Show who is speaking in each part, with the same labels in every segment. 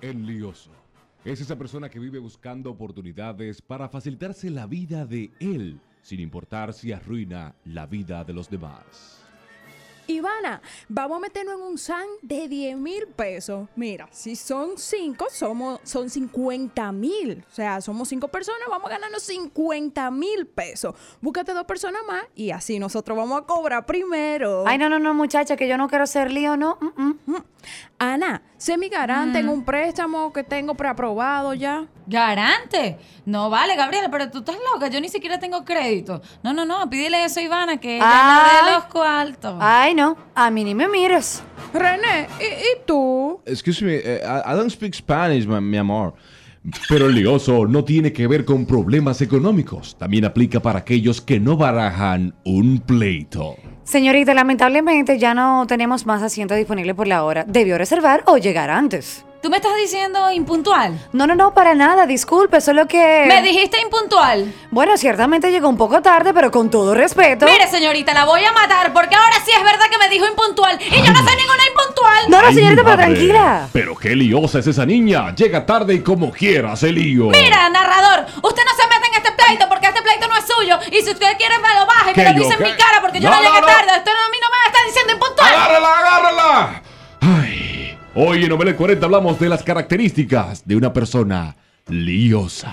Speaker 1: El lioso. Es esa persona que vive buscando oportunidades para facilitarse la vida de él, sin importar si arruina la vida de los demás.
Speaker 2: Ivana, vamos a meternos en un SAN de 10 mil pesos. Mira, si son 5, somos, son 50 mil. O sea, somos 5 personas, vamos a ganarnos 50 mil pesos. Búscate dos personas más y así nosotros vamos a cobrar
Speaker 3: Oh.
Speaker 2: primero.
Speaker 4: Ay, no, no, no, muchacha, que yo no quiero ser lío, no. Mm, mm.
Speaker 2: Ana, sé mi garante en un préstamo que tengo preaprobado ya.
Speaker 3: Garante. No vale, Gabriela, pero tú estás loca. Yo ni siquiera tengo crédito. No, no, no. Pídele eso a Ivana, que ella no
Speaker 4: Ay.
Speaker 3: de los cuartos.
Speaker 4: Ay, no, a mí ni me mires.
Speaker 2: René, ¿y, y tú?
Speaker 5: Excuse me, eh, I, I don't speak Spanish, ma- mi amor.
Speaker 1: Pero el lioso no tiene que ver con problemas económicos. También aplica para aquellos que no barajan un pleito.
Speaker 4: Señorita, lamentablemente ya no tenemos más asientos disponibles por la hora. Debió reservar o llegar antes.
Speaker 3: ¿Tú me estás diciendo impuntual?
Speaker 4: No, no, no, para nada, disculpe, solo que...
Speaker 3: Me dijiste impuntual.
Speaker 4: Bueno, ciertamente llegó un poco tarde, pero con todo respeto...
Speaker 3: Mire, señorita, la voy a matar porque ahora sí es verdad que me dijo impuntual y yo no soy ninguna impuntual.
Speaker 4: No, no,
Speaker 1: Ay,
Speaker 4: señorita, pero
Speaker 1: madre.
Speaker 4: tranquila.
Speaker 1: Pero qué liosa es esa niña. Llega tarde y como quiera hace lío.
Speaker 3: Mira, narrador, usted no se mete en este pleito porque este pleito no es suyo y si usted quiere me lo baje y
Speaker 1: ¿Qué
Speaker 3: me lo
Speaker 1: yo
Speaker 3: dice en
Speaker 1: qué?
Speaker 3: mi cara porque yo
Speaker 1: No,
Speaker 3: no,
Speaker 1: no,
Speaker 3: llegué
Speaker 1: no.
Speaker 3: tarde. Usted no- a mí no me está diciendo impuntual.
Speaker 1: ¡Agárrala, agárrala! Ay, hoy en Novela 40 hablamos de las características de una persona liosa.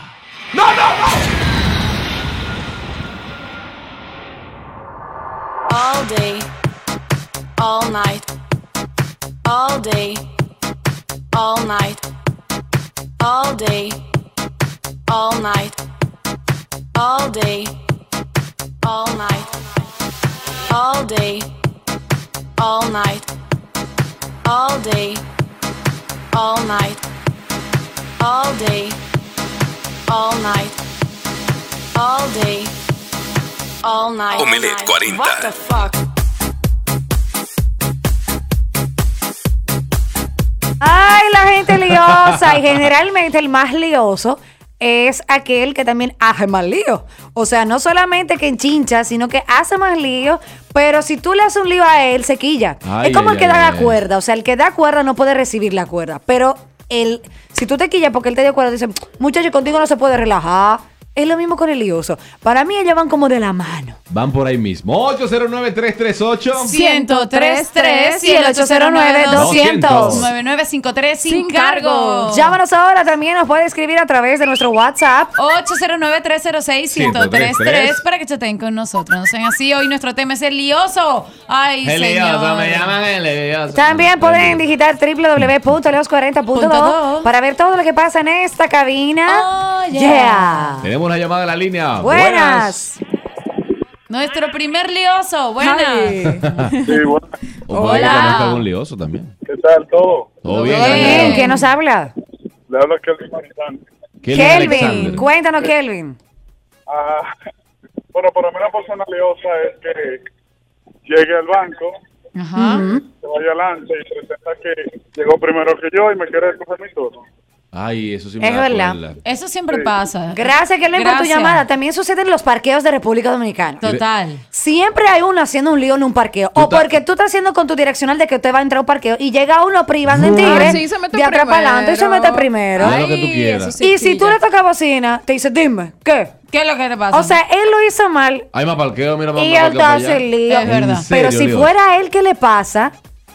Speaker 6: All day, all night, all day, all night, all day, all night, all day, all night, all day, all night, all day, all night, all day, all night, all day, all night.
Speaker 7: Omelette 40.
Speaker 6: What the fuck?
Speaker 4: Ay, la gente liosa. Y generalmente el más lioso es aquel que también hace más lío. O sea, no solamente que enchincha, sino que hace más lío. Pero si tú le haces un lío a él, se quilla.
Speaker 1: Ay,
Speaker 4: es como
Speaker 1: ay,
Speaker 4: el que
Speaker 1: ay,
Speaker 4: da
Speaker 1: ay,
Speaker 4: la
Speaker 1: ay.
Speaker 4: cuerda. O sea, el que da cuerda no puede recibir la cuerda. Pero él, si tú te quillas porque él te dio cuerda, dice, muchacho, contigo no se puede relajar. Es lo mismo con el lioso. Para mí, ellos van como de la mano.
Speaker 1: Van por ahí mismo. 809-338.
Speaker 4: 103.3 y el 809-200.
Speaker 3: 9953 sin
Speaker 2: Sin
Speaker 3: cargo.
Speaker 2: cargo.
Speaker 4: Llámanos ahora también. Nos puede escribir a través de nuestro WhatsApp.
Speaker 3: 809-306-1033 para que chateen con nosotros. No sean así. Hoy nuestro tema es el lioso. Ay, señor.
Speaker 5: el lioso.
Speaker 4: También pueden digitar www.leos40.do
Speaker 3: dos.
Speaker 4: para ver todo lo que pasa en esta cabina.
Speaker 3: Oh, yeah.
Speaker 1: Tenemos una llamada en la línea.
Speaker 4: Buenas.
Speaker 3: Nuestro primer lioso. Buenas.
Speaker 2: Ay.
Speaker 8: Sí, bueno,
Speaker 1: O puede que
Speaker 3: Hola.
Speaker 1: conozca algún lioso también.
Speaker 8: ¿qué tal todo?
Speaker 1: Todo
Speaker 3: Bien.
Speaker 1: bien.
Speaker 4: Bien,
Speaker 1: gracias.
Speaker 4: ¿quién nos habla?
Speaker 8: Le habla Kelly Maritán.
Speaker 1: Kelvin Alexander.
Speaker 4: Kelvin, cuéntanos Kelvin.
Speaker 8: Ah, bueno, para mí una persona liosa es que llegue al banco,
Speaker 3: Ajá.
Speaker 8: se vaya adelante y presenta que llegó primero que yo y me quiere coger mi turno.
Speaker 1: Ay, eso sí me
Speaker 4: Es
Speaker 1: da
Speaker 4: verdad.
Speaker 1: cólera.
Speaker 3: Eso siempre pasa.
Speaker 4: Gracias Kelvin por tu
Speaker 3: Gracias.
Speaker 4: llamada. También sucede en los parqueos de República Dominicana.
Speaker 3: Total.
Speaker 4: Siempre hay uno haciendo un lío en un parqueo. O
Speaker 1: ta-
Speaker 4: porque tú estás haciendo con tu direccional de que usted va a entrar a un parqueo y llega uno privando en tigre
Speaker 2: Ah, sí, se mete
Speaker 4: de atrás para adelante y se
Speaker 2: primero.
Speaker 4: mete primero.
Speaker 1: Haz lo que tú
Speaker 2: Ay,
Speaker 1: quieras.
Speaker 2: eso sí
Speaker 4: y si tú
Speaker 2: quilla.
Speaker 4: le tocas bocina, te dice, dime, ¿qué?
Speaker 3: ¿Qué es lo que te pasa?
Speaker 4: O sea, él lo hizo mal
Speaker 1: Hay más parqueo, mira, más
Speaker 4: y él te hace el lío.
Speaker 3: Es verdad.
Speaker 1: ¿En serio,
Speaker 4: Pero si
Speaker 1: Leo?
Speaker 4: fuera él que le pasa,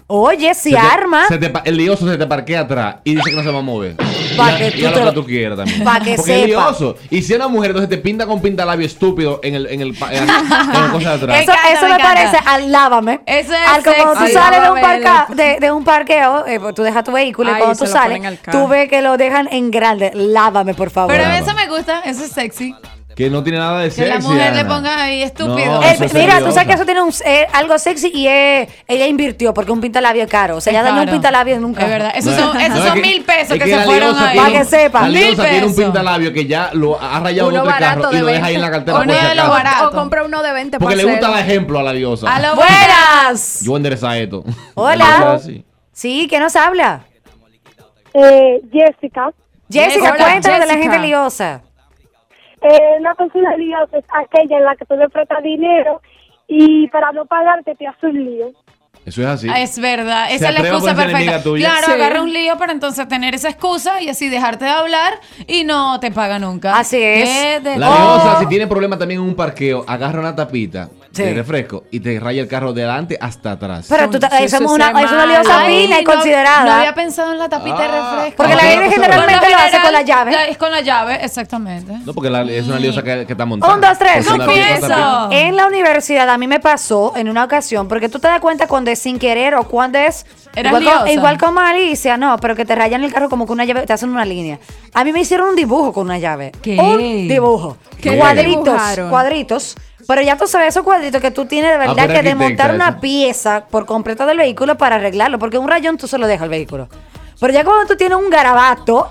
Speaker 4: oye, si arma,
Speaker 1: se te pa- el lioso se te parquea atrás y dice que no se va a mover.
Speaker 4: Pa'
Speaker 1: Y-
Speaker 4: que
Speaker 1: y
Speaker 4: tú
Speaker 1: haz
Speaker 4: te
Speaker 1: lo
Speaker 4: lo-
Speaker 1: que tú quieras también.
Speaker 4: pa' que
Speaker 1: Porque es
Speaker 4: sepa.
Speaker 1: lioso. Y si una mujer entonces te pinta con pintalabio estúpido en el en el pa- en, en la cosa de atrás.
Speaker 4: eso,
Speaker 3: encanta,
Speaker 4: eso
Speaker 3: me
Speaker 4: me,
Speaker 3: encanta.
Speaker 4: parece al lávame.
Speaker 3: Eso es
Speaker 4: al como
Speaker 3: sexy.
Speaker 4: tú sales de un,
Speaker 2: Lávame
Speaker 4: parca- de, de un parqueo, eh, pues, tú dejas tu vehículo y
Speaker 2: Ay,
Speaker 4: cuando
Speaker 2: se
Speaker 4: tú
Speaker 2: lo ponen
Speaker 4: sales,
Speaker 2: al carro.
Speaker 4: tú ves que lo dejan en grande. Lávame, por favor.
Speaker 3: Pero
Speaker 1: Brava.
Speaker 3: eso me gusta, eso es sexy.
Speaker 1: Que no tiene nada de
Speaker 3: Que
Speaker 1: sexy.
Speaker 3: la mujer le
Speaker 1: Ana.
Speaker 3: ponga ahí estúpido.
Speaker 1: No,
Speaker 4: El-
Speaker 1: eso es
Speaker 4: Eh, mira, tú
Speaker 1: liosa.
Speaker 4: sabes que eso tiene un- eh, algo sexy y eh, ella invirtió porque un pintalabio es caro. O sea,
Speaker 3: Es
Speaker 4: ella dañó un
Speaker 3: caro.
Speaker 4: pintalabio nunca.
Speaker 3: Es verdad. Esos
Speaker 1: No,
Speaker 3: son,
Speaker 1: no,
Speaker 3: esos
Speaker 1: es
Speaker 3: son
Speaker 1: que-
Speaker 3: mil pesos
Speaker 1: es
Speaker 3: que,
Speaker 1: la
Speaker 3: se fueron
Speaker 1: liosa
Speaker 3: ahí.
Speaker 4: Para que sepa.
Speaker 1: La
Speaker 3: Mil
Speaker 1: liosa tiene un
Speaker 3: pesos.
Speaker 1: pintalabio que ya lo ha rayado
Speaker 2: Uno
Speaker 1: dos tres
Speaker 2: barato
Speaker 1: carros y
Speaker 2: de
Speaker 1: lo deja ahí en la
Speaker 2: 20.
Speaker 1: cartera por
Speaker 3: Uno
Speaker 1: si
Speaker 3: de los
Speaker 1: acaso.
Speaker 3: baratos.
Speaker 2: O compra uno de 20
Speaker 1: Porque le
Speaker 2: para
Speaker 1: gusta
Speaker 2: hacer.
Speaker 1: dar ejemplo a la diosa.
Speaker 3: A lo
Speaker 4: ¡Buenas!
Speaker 1: Yo voy a enderezar esto.
Speaker 4: Hola.
Speaker 1: Sí.
Speaker 4: Sí, ¿qué nos habla?
Speaker 9: Eh, Jessica,
Speaker 4: Jessica,
Speaker 2: Hola,
Speaker 4: cuéntanos de la
Speaker 2: Jessica.
Speaker 4: gente liosa.
Speaker 9: eh, una persona liosa es aquella en la que tú le prestas dinero y para no pagar te hace un lío.
Speaker 1: Eso es así.
Speaker 3: Ah, Es verdad,
Speaker 1: Se
Speaker 3: esa es la
Speaker 1: atreve a
Speaker 3: excusa
Speaker 1: ponerse enemiga
Speaker 3: perfecta.
Speaker 1: tuya.
Speaker 3: Claro,
Speaker 4: Sí.
Speaker 3: agarra un lío para entonces tener esa excusa y así dejarte de hablar y no te paga nunca.
Speaker 4: Así es.
Speaker 3: Qué de-
Speaker 1: La
Speaker 3: Oh.
Speaker 1: leosa, si tiene problema también en un parqueo, agarra una tapita
Speaker 4: Sí.
Speaker 1: de refresco y te raya el carro de adelante hasta atrás.
Speaker 4: Pero tú,
Speaker 2: Concha,
Speaker 4: ta- eso es
Speaker 2: eso
Speaker 4: una,
Speaker 2: está
Speaker 4: eso es una
Speaker 2: mal.
Speaker 4: liosa
Speaker 3: Ay,
Speaker 4: fina y
Speaker 3: no-
Speaker 4: considerada.
Speaker 3: No había pensado en la tapita de
Speaker 1: Ah.
Speaker 3: refresco.
Speaker 4: Porque la
Speaker 1: Ah,
Speaker 4: gente
Speaker 1: por
Speaker 4: generalmente lo
Speaker 3: Por
Speaker 4: hace con la llave.
Speaker 3: la- Es con la llave, exactamente.
Speaker 1: No, porque la- es una liosa que, que está montada.
Speaker 4: Un, dos, tres.
Speaker 1: Es una
Speaker 3: Confieso.
Speaker 1: liosa tapita.
Speaker 4: En la universidad a mí me pasó en una ocasión, porque tú te das cuenta cuando es sin querer o cuando es.
Speaker 3: Eras
Speaker 4: igual,
Speaker 3: liosa.
Speaker 4: con, igual con malicia, no, pero que te rayan el carro como con una llave, te hacen una línea. A mí me hicieron un dibujo con una llave.
Speaker 3: ¿Qué?
Speaker 4: Un dibujo.
Speaker 2: ¿Qué
Speaker 4: Cuadritos.
Speaker 2: dibujaron?
Speaker 4: Cuadritos. Pero ya tú sabes esos cuadritos que tú tienes de verdad
Speaker 1: fuera
Speaker 4: que
Speaker 1: arquitecta,
Speaker 4: desmontar una
Speaker 1: eso.
Speaker 4: pieza por completo del vehículo para arreglarlo, porque un rayón tú se lo dejas al vehículo. Pero ya cuando tú tienes un garabato,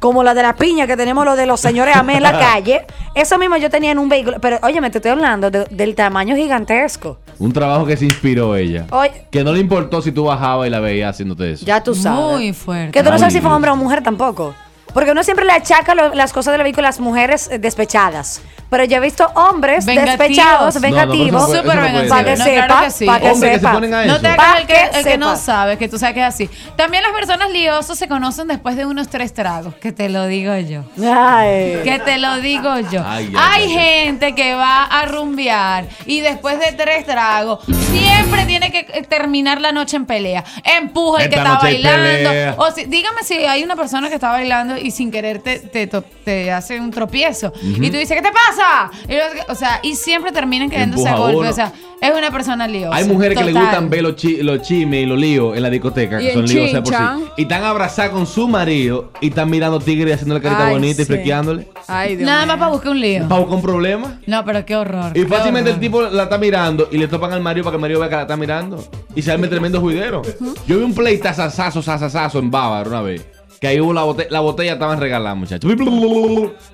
Speaker 4: como la de la piña que tenemos los de los señores Amé en la calle, eso mismo yo tenía en un vehículo. Pero oye, me te estoy hablando de- del tamaño gigantesco.
Speaker 1: Un trabajo que se inspiró ella.
Speaker 4: Oye.
Speaker 1: Que no le importó si tú bajabas y la veías haciéndote eso.
Speaker 4: Ya tú sabes.
Speaker 3: Muy fuerte.
Speaker 4: Que tú no
Speaker 1: Muy
Speaker 4: sabes si fue
Speaker 1: bien.
Speaker 4: hombre o mujer tampoco. Porque uno siempre le achaca lo- las cosas del vehículo a las mujeres eh, despechadas. Pero yo he visto hombres
Speaker 3: Vengativos.
Speaker 4: despechados,
Speaker 3: No, no,
Speaker 1: pero eso no
Speaker 4: vengativos.
Speaker 1: puede- eso no puede
Speaker 4: Para que
Speaker 1: ser.
Speaker 3: No,
Speaker 4: sepa,
Speaker 3: claro que sí.
Speaker 4: para que
Speaker 1: Hombres que se
Speaker 4: sepa.
Speaker 1: ponen a
Speaker 3: No
Speaker 1: eso.
Speaker 3: te
Speaker 4: Pa'
Speaker 3: hagas el que,
Speaker 4: que
Speaker 3: el que no
Speaker 4: sepas.
Speaker 3: sabes, que tú sabes que es así. También las personas liosas se conocen después de unos tres tragos, que te lo digo yo.
Speaker 4: Ay.
Speaker 3: Que te lo digo yo.
Speaker 1: Ay, ay,
Speaker 3: Hay
Speaker 1: ay, ay.
Speaker 3: gente que va a rumbear y después de tres tragos siempre tiene que eh, terminar la noche en pelea. Empuja el
Speaker 1: Esta
Speaker 3: que está
Speaker 1: noche hay pelea.
Speaker 3: bailando. O si- dígame si hay una persona que está bailando y sin querer te, te to- te hace un tropiezo. Y tú dices, ¿qué te pasa? Y lo- o sea, y siempre terminan quedándose a
Speaker 1: Empuja a
Speaker 3: golpe.
Speaker 1: uno.
Speaker 3: O sea, es una persona liosa.
Speaker 1: Hay mujeres que le
Speaker 3: Total.
Speaker 1: gustan ver los, chi- los chismes y los líos en la discoteca,
Speaker 2: Y
Speaker 1: que son
Speaker 2: el
Speaker 1: líos o sea, por sí.
Speaker 2: chinchan.
Speaker 1: Y están abrazadas con su marido y están mirando tigres y haciéndole carita
Speaker 2: Ay,
Speaker 1: bonita y
Speaker 2: sí.
Speaker 1: flequeándole.
Speaker 2: Ay, Dios
Speaker 3: Nada
Speaker 2: mío.
Speaker 3: más para buscar un lío.
Speaker 1: Para buscar un problema.
Speaker 3: No, pero qué horror.
Speaker 1: Y
Speaker 3: qué
Speaker 1: fácilmente el
Speaker 3: horror.
Speaker 1: tipo la está mirando y le topan al Mario para que Mario vea que la está mirando. Y se arme tremendo juidero. Yo vi un pleitazazazo, zazazazo en Bávaro una vez. Que ahí hubo la botella, la botella estaban regalada, muchachos.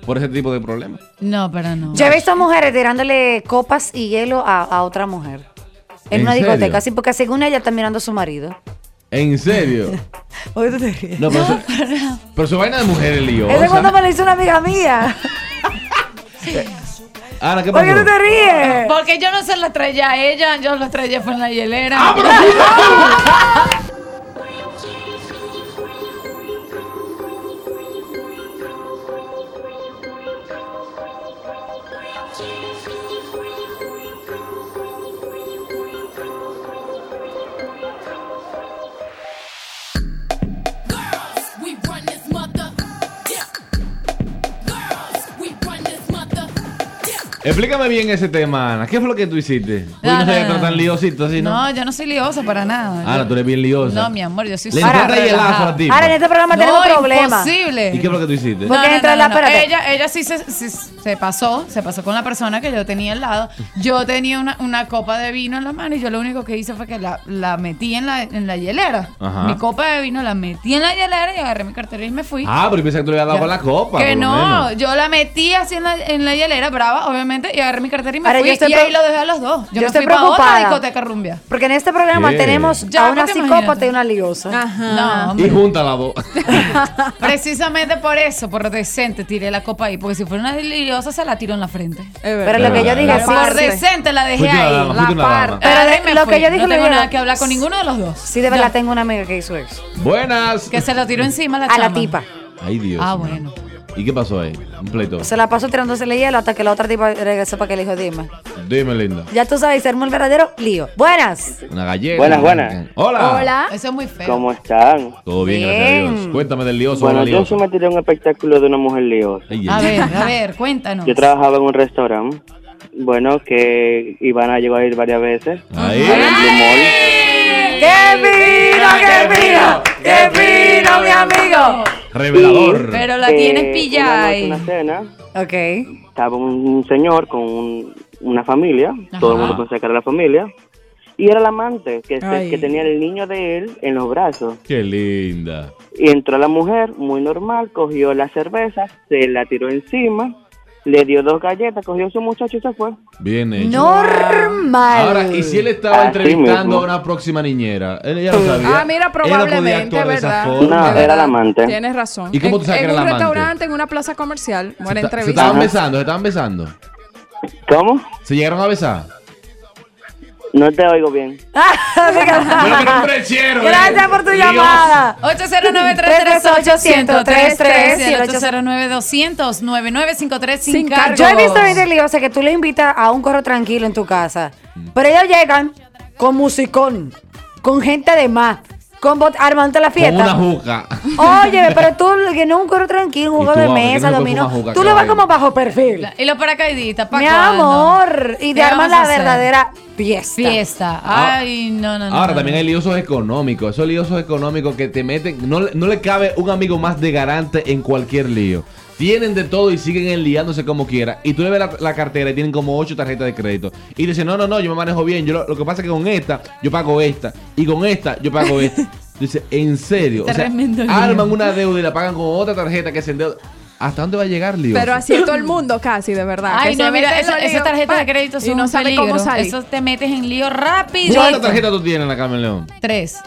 Speaker 1: Por ese tipo de problemas.
Speaker 3: No, pero no.
Speaker 4: Yo he visto mujeres tirándole copas y hielo a, a otra mujer. En,
Speaker 1: ¿En
Speaker 4: una
Speaker 1: serio?
Speaker 4: discoteca, sí, porque según ella está mirando a su marido.
Speaker 1: En serio.
Speaker 4: Oye, tú te ríes.
Speaker 1: No, pero, eso, pero eso es vaina de mujeres
Speaker 4: Ese cuando
Speaker 1: lío.
Speaker 4: me lo hizo una amiga mía.
Speaker 1: Ahora, ¿qué
Speaker 4: ¿Por
Speaker 1: pasó?
Speaker 4: qué tú te ríes?
Speaker 3: Porque yo no se la estrellé a ella, yo la estrellé fue en la hielera.
Speaker 10: We run this mother. Yeah. Girls, we run this mother.
Speaker 1: Explícame bien ese tema, Ana. ¿Qué fue lo que tú hiciste? Porque
Speaker 3: No,
Speaker 1: no, sabía que tú
Speaker 3: no, no.
Speaker 1: eras tan liosito así, ¿no?
Speaker 3: No, yo no soy liosa para nada.
Speaker 1: Ana, tú eres bien liosa.
Speaker 3: No, mi amor, yo soy
Speaker 1: Le
Speaker 3: súper
Speaker 1: encanta
Speaker 3: relajada.
Speaker 1: hielazo a la tipa.
Speaker 4: Ahora en este programa tenemos
Speaker 3: no,
Speaker 4: problemas.
Speaker 3: imposible.
Speaker 1: ¿Y qué fue lo que tú hiciste?
Speaker 4: Porque dentro de la- espérate.
Speaker 3: Ella, ella sí se, sí se pasó, se pasó con la persona que yo tenía al lado. Yo tenía una, una copa de vino en la mano y yo lo único que hice fue que la, la metí en la, en la hielera.
Speaker 1: Ajá.
Speaker 3: Mi copa de vino la metí en la hielera y agarré mi cartera y me fui.
Speaker 1: Ah, pero yo pensé que tú le habías dado
Speaker 3: Ya.
Speaker 1: con la copa.
Speaker 3: Que
Speaker 1: por lo
Speaker 3: no,
Speaker 1: menos.
Speaker 3: yo la metí así en la, en la hielera, brava, obviamente, y agarré mi cartera y me
Speaker 4: Ahora,
Speaker 3: fui.
Speaker 4: yo estoy
Speaker 3: Y
Speaker 4: pre-
Speaker 3: ahí lo dejé a los dos. Yo,
Speaker 4: yo
Speaker 3: me
Speaker 4: estoy
Speaker 3: fui para otra
Speaker 4: preocupada.
Speaker 3: discoteca rumbia.
Speaker 4: Porque en este programa
Speaker 1: Yeah.
Speaker 4: tenemos
Speaker 3: Ya,
Speaker 4: a una
Speaker 3: porque
Speaker 4: psicópata
Speaker 3: imagínate.
Speaker 4: y una liosa.
Speaker 3: Ah. No,
Speaker 1: Y
Speaker 3: hombre.
Speaker 1: junta las dos.
Speaker 3: precisamente por eso, por decente, tiré la copa ahí. Porque si fuera una deliriosa, se la tiro en la frente.
Speaker 2: Es verdad.
Speaker 4: Pero lo que yo
Speaker 1: Pero
Speaker 4: dije
Speaker 3: Pero por
Speaker 4: sí.
Speaker 3: decente la dejé
Speaker 1: Fuiste una
Speaker 3: ahí.
Speaker 1: dama,
Speaker 3: La
Speaker 1: fuiste una dama.
Speaker 3: parte. Agarré y
Speaker 4: Pero
Speaker 3: me
Speaker 4: lo que
Speaker 3: fui.
Speaker 4: yo dije
Speaker 3: no
Speaker 4: lo
Speaker 3: tengo
Speaker 4: digo.
Speaker 3: nada que hablar con ninguno de los dos.
Speaker 4: Sí, de verdad tengo una amiga que hizo eso.
Speaker 1: Buenas.
Speaker 3: Que se lo tiró encima la
Speaker 4: A la
Speaker 3: chama.
Speaker 4: tipa.
Speaker 1: Ay, Dios.
Speaker 3: Ah,
Speaker 1: mío.
Speaker 3: bueno.
Speaker 1: ¿Y qué pasó ahí? Un pleito.
Speaker 4: Se la pasó tirándosele hielo hasta que la otra tipa regresó para que le dijo, dime.
Speaker 1: Dime, linda.
Speaker 4: Ya tú sabes, serme el verdadero lío. Buenas.
Speaker 1: Una galleta.
Speaker 11: Buenas, buenas.
Speaker 1: Hola.
Speaker 2: Hola.
Speaker 3: Eso es muy feo.
Speaker 11: ¿Cómo están?
Speaker 1: Todo bien, gracias a
Speaker 4: Bien.
Speaker 1: Dios. Cuéntame del lioso o
Speaker 11: Bueno,
Speaker 1: la
Speaker 11: yo sí
Speaker 1: liosa.
Speaker 11: me tiré un espectáculo de una mujer liosa.
Speaker 1: Ay,
Speaker 3: A
Speaker 1: ay,
Speaker 3: ver, a ver, cuéntanos.
Speaker 11: Yo trabajaba en un restaurante, bueno, que Ivana llegó a ir varias veces.
Speaker 1: ay.
Speaker 11: al
Speaker 1: Ahí.
Speaker 11: Blue Mall.
Speaker 4: ¡Qué vino, qué vino! ¡Qué vino, mi amigo!
Speaker 1: Revelador.
Speaker 3: Pero la
Speaker 11: Eh,
Speaker 3: tienes
Speaker 11: una
Speaker 3: pillada
Speaker 11: noche,
Speaker 3: ahí.
Speaker 11: Una cena,
Speaker 4: Ok.
Speaker 11: estaba un, un señor con un- una familia,
Speaker 3: Ajá.
Speaker 11: todo el mundo pensaba que era la familia, y era el amante, que, se-
Speaker 2: Ay.
Speaker 11: que tenía el niño de él en los brazos.
Speaker 1: Qué linda.
Speaker 11: Y entró la mujer, muy normal, cogió la cerveza, se la tiró encima, le dio dos galletas, cogió a su muchacho y se fue.
Speaker 1: Bien hecho.
Speaker 4: Normal.
Speaker 1: Ahora, ¿y si él estaba
Speaker 11: Así
Speaker 1: entrevistando
Speaker 11: mismo.
Speaker 1: a una próxima niñera? Él ya lo sabía.
Speaker 2: Ah, mira,
Speaker 1: Él no podía
Speaker 2: probablemente,
Speaker 1: actuar de esa
Speaker 2: ¿verdad?
Speaker 1: forma.
Speaker 11: No,
Speaker 2: Es verdad.
Speaker 11: era la amante.
Speaker 2: Tienes razón.
Speaker 1: ¿Y cómo tú sabes
Speaker 2: en,
Speaker 1: que
Speaker 2: en
Speaker 1: era
Speaker 2: un
Speaker 1: la amante?
Speaker 2: restaurante, en una plaza comercial.
Speaker 1: Se,
Speaker 2: Buena
Speaker 1: ta- se
Speaker 2: entrevista.
Speaker 1: estaban besando, se estaban besando.
Speaker 11: ¿Cómo?
Speaker 1: ¿Se llegaron a besar?
Speaker 11: No te oigo bien.
Speaker 4: Ah,
Speaker 1: eh.
Speaker 4: Gracias por tu llamada.
Speaker 3: 809-338-1033 y el 809-200-9953 sin cargo.
Speaker 4: Yo he visto gente liosa que tú le invitas a un corro tranquilo en tu casa, pero ellos llegan con musicón, con gente de más, con bot- armando la
Speaker 1: Con una
Speaker 4: fiesta.
Speaker 1: juca.
Speaker 4: Oye, pero tú que no un corro tranquilo,
Speaker 1: Y
Speaker 4: un juego
Speaker 1: tú
Speaker 4: de
Speaker 1: vas, que
Speaker 4: mesa,
Speaker 1: no me puedo
Speaker 4: dominó.
Speaker 1: fumar juca,
Speaker 4: Tú lo vas
Speaker 1: caballo.
Speaker 4: como bajo perfil.
Speaker 3: Y los paracaidistas, ¿pa'
Speaker 4: Mi
Speaker 3: cuándo?
Speaker 4: amor, y
Speaker 3: ¿Qué
Speaker 4: te armas
Speaker 3: vamos a
Speaker 4: la
Speaker 3: hacer?
Speaker 4: verdadera fiesta.
Speaker 3: Fiesta. Ay, no, no, no.
Speaker 1: Ah, Ahora
Speaker 3: no,
Speaker 1: también
Speaker 3: no.
Speaker 1: hay liosos económicos. Esos liosos económicos que te meten. No, le- no le cabe un amigo más de garante en cualquier lío. Tienen de todo y siguen enliándose como quiera. Y tú le ves la, la cartera y tienen como ocho tarjetas de crédito. Y dicen, no, no, no, yo me manejo bien. Yo lo, lo que pasa es que con esta, yo pago esta. Y con esta, yo pago esta. Dice, en serio. O sea,
Speaker 3: Tremendo lío.
Speaker 1: arman una deuda y la pagan con otra tarjeta que se endeuda. ¿Hasta dónde va a llegar, lío?
Speaker 2: Pero así es todo el mundo casi, de verdad.
Speaker 3: Ay,
Speaker 2: que
Speaker 3: no,
Speaker 2: se
Speaker 3: mira,
Speaker 2: meten
Speaker 3: esa,
Speaker 2: los
Speaker 3: esa
Speaker 2: líos,
Speaker 3: tarjeta
Speaker 2: pa,
Speaker 3: de crédito es
Speaker 2: Ah, Y
Speaker 3: un
Speaker 2: no sabe
Speaker 3: peligro.
Speaker 2: cómo salir.
Speaker 3: Eso te metes en lío rápido.
Speaker 1: ¿Cuántas tarjetas tú tienes en la Carmen León?
Speaker 3: Tres.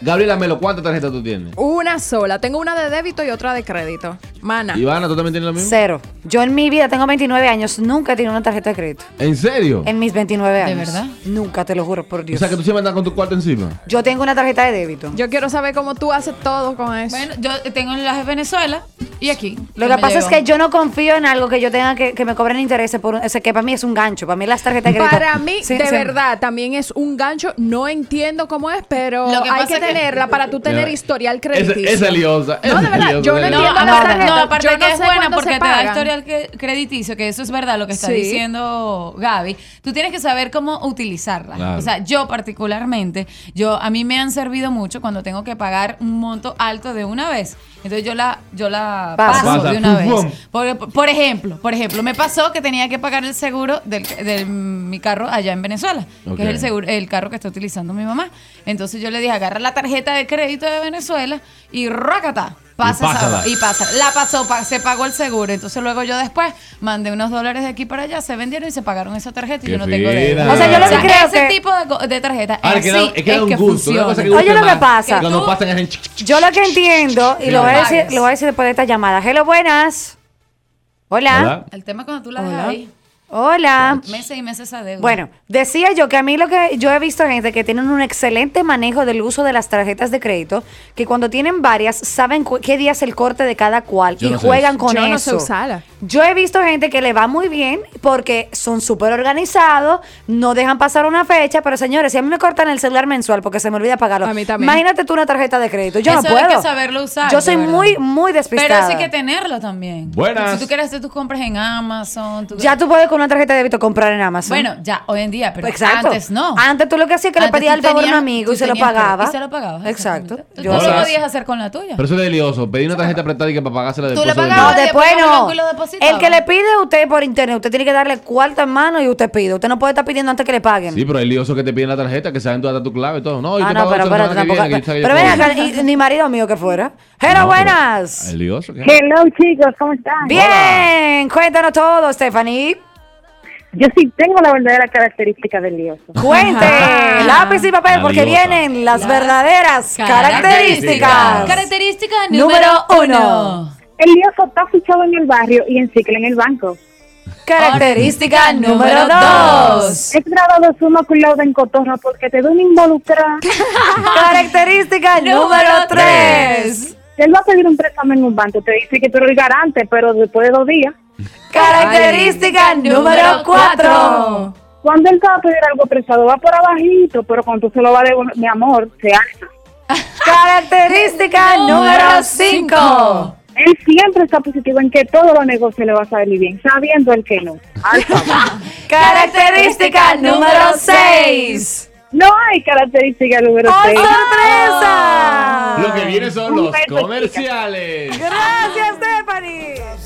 Speaker 1: Gabriela Melo, ¿cuántas tarjetas tú tienes?
Speaker 2: Una sola. Tengo una de débito y otra de crédito.
Speaker 3: Ah.
Speaker 2: Mana.
Speaker 1: Ivana, ¿tú también tienes lo mismo?
Speaker 4: Cero. Yo en mi vida tengo 29 años, nunca he tenido una tarjeta de crédito.
Speaker 1: ¿En serio?
Speaker 4: En mis 29 años.
Speaker 3: verdad?
Speaker 4: Nunca, te lo juro, por
Speaker 1: O
Speaker 4: Dios.
Speaker 1: sea que tú siempre andas con tu cuarto encima.
Speaker 4: Yo tengo una tarjeta de débito.
Speaker 2: Yo quiero saber cómo tú haces todo con eso.
Speaker 3: Bueno, yo tengo las de Venezuela y aquí.
Speaker 4: Lo que pasa es que yo no confío en algo que yo tenga que, que me cobren intereses por un, o sea, que para mí es un gancho, para mí las tarjetas de crédito.
Speaker 2: Para mí,
Speaker 4: Sí,
Speaker 2: de
Speaker 4: sí.
Speaker 2: verdad, también es un gancho. No entiendo cómo es, pero
Speaker 3: Lo que
Speaker 2: hay
Speaker 3: pasa
Speaker 2: que
Speaker 3: es que-
Speaker 2: tenerla para tú tener
Speaker 1: Mira,
Speaker 2: historial
Speaker 1: Esa,
Speaker 2: crediticio.
Speaker 1: esa es liosa.
Speaker 2: No, de verdad, yo no
Speaker 3: No,
Speaker 2: entiendo las
Speaker 3: aparte,
Speaker 2: tarjetas.
Speaker 3: no, aparte
Speaker 2: Yo
Speaker 3: de que
Speaker 2: no
Speaker 3: es
Speaker 2: sé
Speaker 3: buena
Speaker 2: cuándo se
Speaker 3: porque te da
Speaker 2: pagan.
Speaker 3: historial que- crediticio, que eso es verdad lo que está
Speaker 2: Sí.
Speaker 3: diciendo Gaby. Tú tienes que saber cómo utilizarla.
Speaker 1: Claro.
Speaker 3: O sea, yo particularmente, yo a mí me han servido mucho cuando tengo que pagar un monto alto de una vez. Entonces yo la, yo la
Speaker 4: Pasa.
Speaker 3: paso
Speaker 1: Pasa,
Speaker 3: de una
Speaker 1: pum, pum.
Speaker 3: vez. Por, por ejemplo, por ejemplo, me pasó que tenía que pagar el seguro del, de mi carro allá en Venezuela,
Speaker 1: Ok.
Speaker 3: que es el seguro, el carro que está utilizando mi mamá. Entonces yo le dije, agarra la tarjeta de crédito de Venezuela y rácata, pasa esa-
Speaker 1: pásala.
Speaker 3: y pasa. La pasó, pa- se pagó el seguro. Entonces luego yo después mandé unos dólares de aquí para allá, se vendieron y se pagaron esa tarjeta y
Speaker 1: Qué Ah,
Speaker 3: yo no tengo
Speaker 1: fina.
Speaker 3: deuda.
Speaker 1: O sea, yo lo que
Speaker 4: creo
Speaker 3: ese
Speaker 4: que-
Speaker 3: tipo de, co- de tarjeta
Speaker 1: Ahora,
Speaker 3: así
Speaker 1: que da- es que da un gusto. una
Speaker 3: funciona.
Speaker 1: cosa que
Speaker 4: Oye,
Speaker 1: gusta
Speaker 4: lo que
Speaker 1: más,
Speaker 4: pasa.
Speaker 1: Cuando
Speaker 3: Tú-
Speaker 1: pasan es en-
Speaker 4: Yo lo que entiendo, y
Speaker 1: Sí,
Speaker 4: lo voy, a
Speaker 3: pagues.
Speaker 4: decir, lo voy a decir después de esta llamada. Hello, buenas. Hola.
Speaker 1: ¿Verdad?
Speaker 3: El tema es cuando tú la dejas ahí,
Speaker 4: Hola.
Speaker 3: meses y meses esa deuda.
Speaker 4: Bueno, decía yo que a mí lo que yo he visto gente que tienen un excelente manejo del uso de las tarjetas de crédito, que cuando tienen varias saben cu- qué día es el corte de cada cual
Speaker 1: Yo
Speaker 4: y
Speaker 1: no sé
Speaker 4: juegan
Speaker 1: eso.
Speaker 4: con
Speaker 2: Yo
Speaker 4: eso.
Speaker 2: no sé usarla.
Speaker 4: Yo he visto gente que le va muy bien porque son súper organizados, no dejan pasar una fecha, pero señores, si a mí me cortan el celular mensual porque se me olvida pagarlo,
Speaker 2: A mí también.
Speaker 4: imagínate tú una tarjeta de crédito. Yo no
Speaker 3: Eso hay
Speaker 4: puedo.
Speaker 3: que saberlo usar,
Speaker 4: Yo
Speaker 3: de
Speaker 4: soy
Speaker 3: verdad.
Speaker 4: muy, muy
Speaker 3: Pero
Speaker 4: despistada.
Speaker 3: eso hay que tenerlo también.
Speaker 1: Buenas.
Speaker 3: Si tú quieres hacer tus compras en Amazon, tú-
Speaker 4: ya tú puedes con una tarjeta de débito comprar en Amazon.
Speaker 3: Bueno, ya hoy en día, pero
Speaker 4: Pues Exacto.
Speaker 3: antes no.
Speaker 4: Antes tú lo que hacías es que le
Speaker 3: Antes
Speaker 4: pedías
Speaker 3: tú
Speaker 4: el favor a un
Speaker 3: tenías-
Speaker 4: amigo y
Speaker 3: tú
Speaker 4: se lo
Speaker 3: tenías que-
Speaker 4: pagaba.
Speaker 3: Y se lo pagabas.
Speaker 4: Exacto.
Speaker 3: exactamente.
Speaker 4: Yo
Speaker 3: Tú
Speaker 1: sé
Speaker 3: lo
Speaker 1: eso.
Speaker 3: podías hacer con la tuya.
Speaker 1: Pero eso es lioso. Pedí una tarjeta prestada y que para pagársela
Speaker 3: Tú
Speaker 1: después.
Speaker 3: la
Speaker 1: se devuelve.
Speaker 4: No,
Speaker 3: pagabas de-
Speaker 4: después
Speaker 3: poníamos
Speaker 4: no.
Speaker 3: blanco y lo depositaba.
Speaker 4: El que le pide a usted por internet, usted tiene que darle cuarta en mano y usted pide. Usted no puede estar pidiendo antes que le paguen.
Speaker 1: Sí, pero hay liosos que te piden la tarjeta, que saben toda tu clave y todo. No, yo
Speaker 4: ah,
Speaker 1: te
Speaker 4: no,
Speaker 1: pago
Speaker 4: pero
Speaker 1: eso la
Speaker 4: espérate,
Speaker 1: semana que
Speaker 4: tampoco.
Speaker 1: viene, que yo sé que yo
Speaker 4: pero ven
Speaker 1: puedo.
Speaker 4: acá, y- ni marido mío que fuera. Hello,
Speaker 1: No, pero-
Speaker 4: buenas.
Speaker 1: ¿El lioso? ¿Qué?
Speaker 6: Hello, chicos, ¿cómo están?
Speaker 4: Bien, cuéntanos todo, Stephanie.
Speaker 6: Yo sí tengo la verdadera característica del lioso.
Speaker 4: Cuente,
Speaker 3: Ajá.
Speaker 4: lápiz y papel, porque
Speaker 1: Valiosa.
Speaker 4: vienen las verdaderas
Speaker 1: Características.
Speaker 4: características.
Speaker 3: Característica número
Speaker 4: Número
Speaker 3: uno.
Speaker 4: uno.
Speaker 6: El lioso está fichado en el barrio y en cicla en el banco.
Speaker 4: Característica número
Speaker 3: número
Speaker 4: dos.
Speaker 3: dos.
Speaker 6: Es graduado suma cum laude en cotorra porque te da una involucrada.
Speaker 4: Característica número tres.
Speaker 6: Él va a pedir un préstamo en un banco, te dice que tú eres el garante, pero después de dos días.
Speaker 4: Característica número cuatro.
Speaker 6: Cuando él te va a pedir algo prestado, va por abajito, pero cuando tú se lo va a devolver, mi amor, se alza.
Speaker 4: Característica número
Speaker 3: cinco.
Speaker 4: cinco.
Speaker 6: Él siempre está positivo en que todo lo negocio le va a salir bien, sabiendo el que no. Alfa.
Speaker 4: Característica número seis.
Speaker 6: no hay característica número
Speaker 4: ¡Oh,
Speaker 6: 3.
Speaker 4: sorpresa!
Speaker 1: Lo que viene son
Speaker 6: Un
Speaker 1: los
Speaker 6: beso, chicas.
Speaker 1: comerciales.
Speaker 4: Gracias, Stephanie.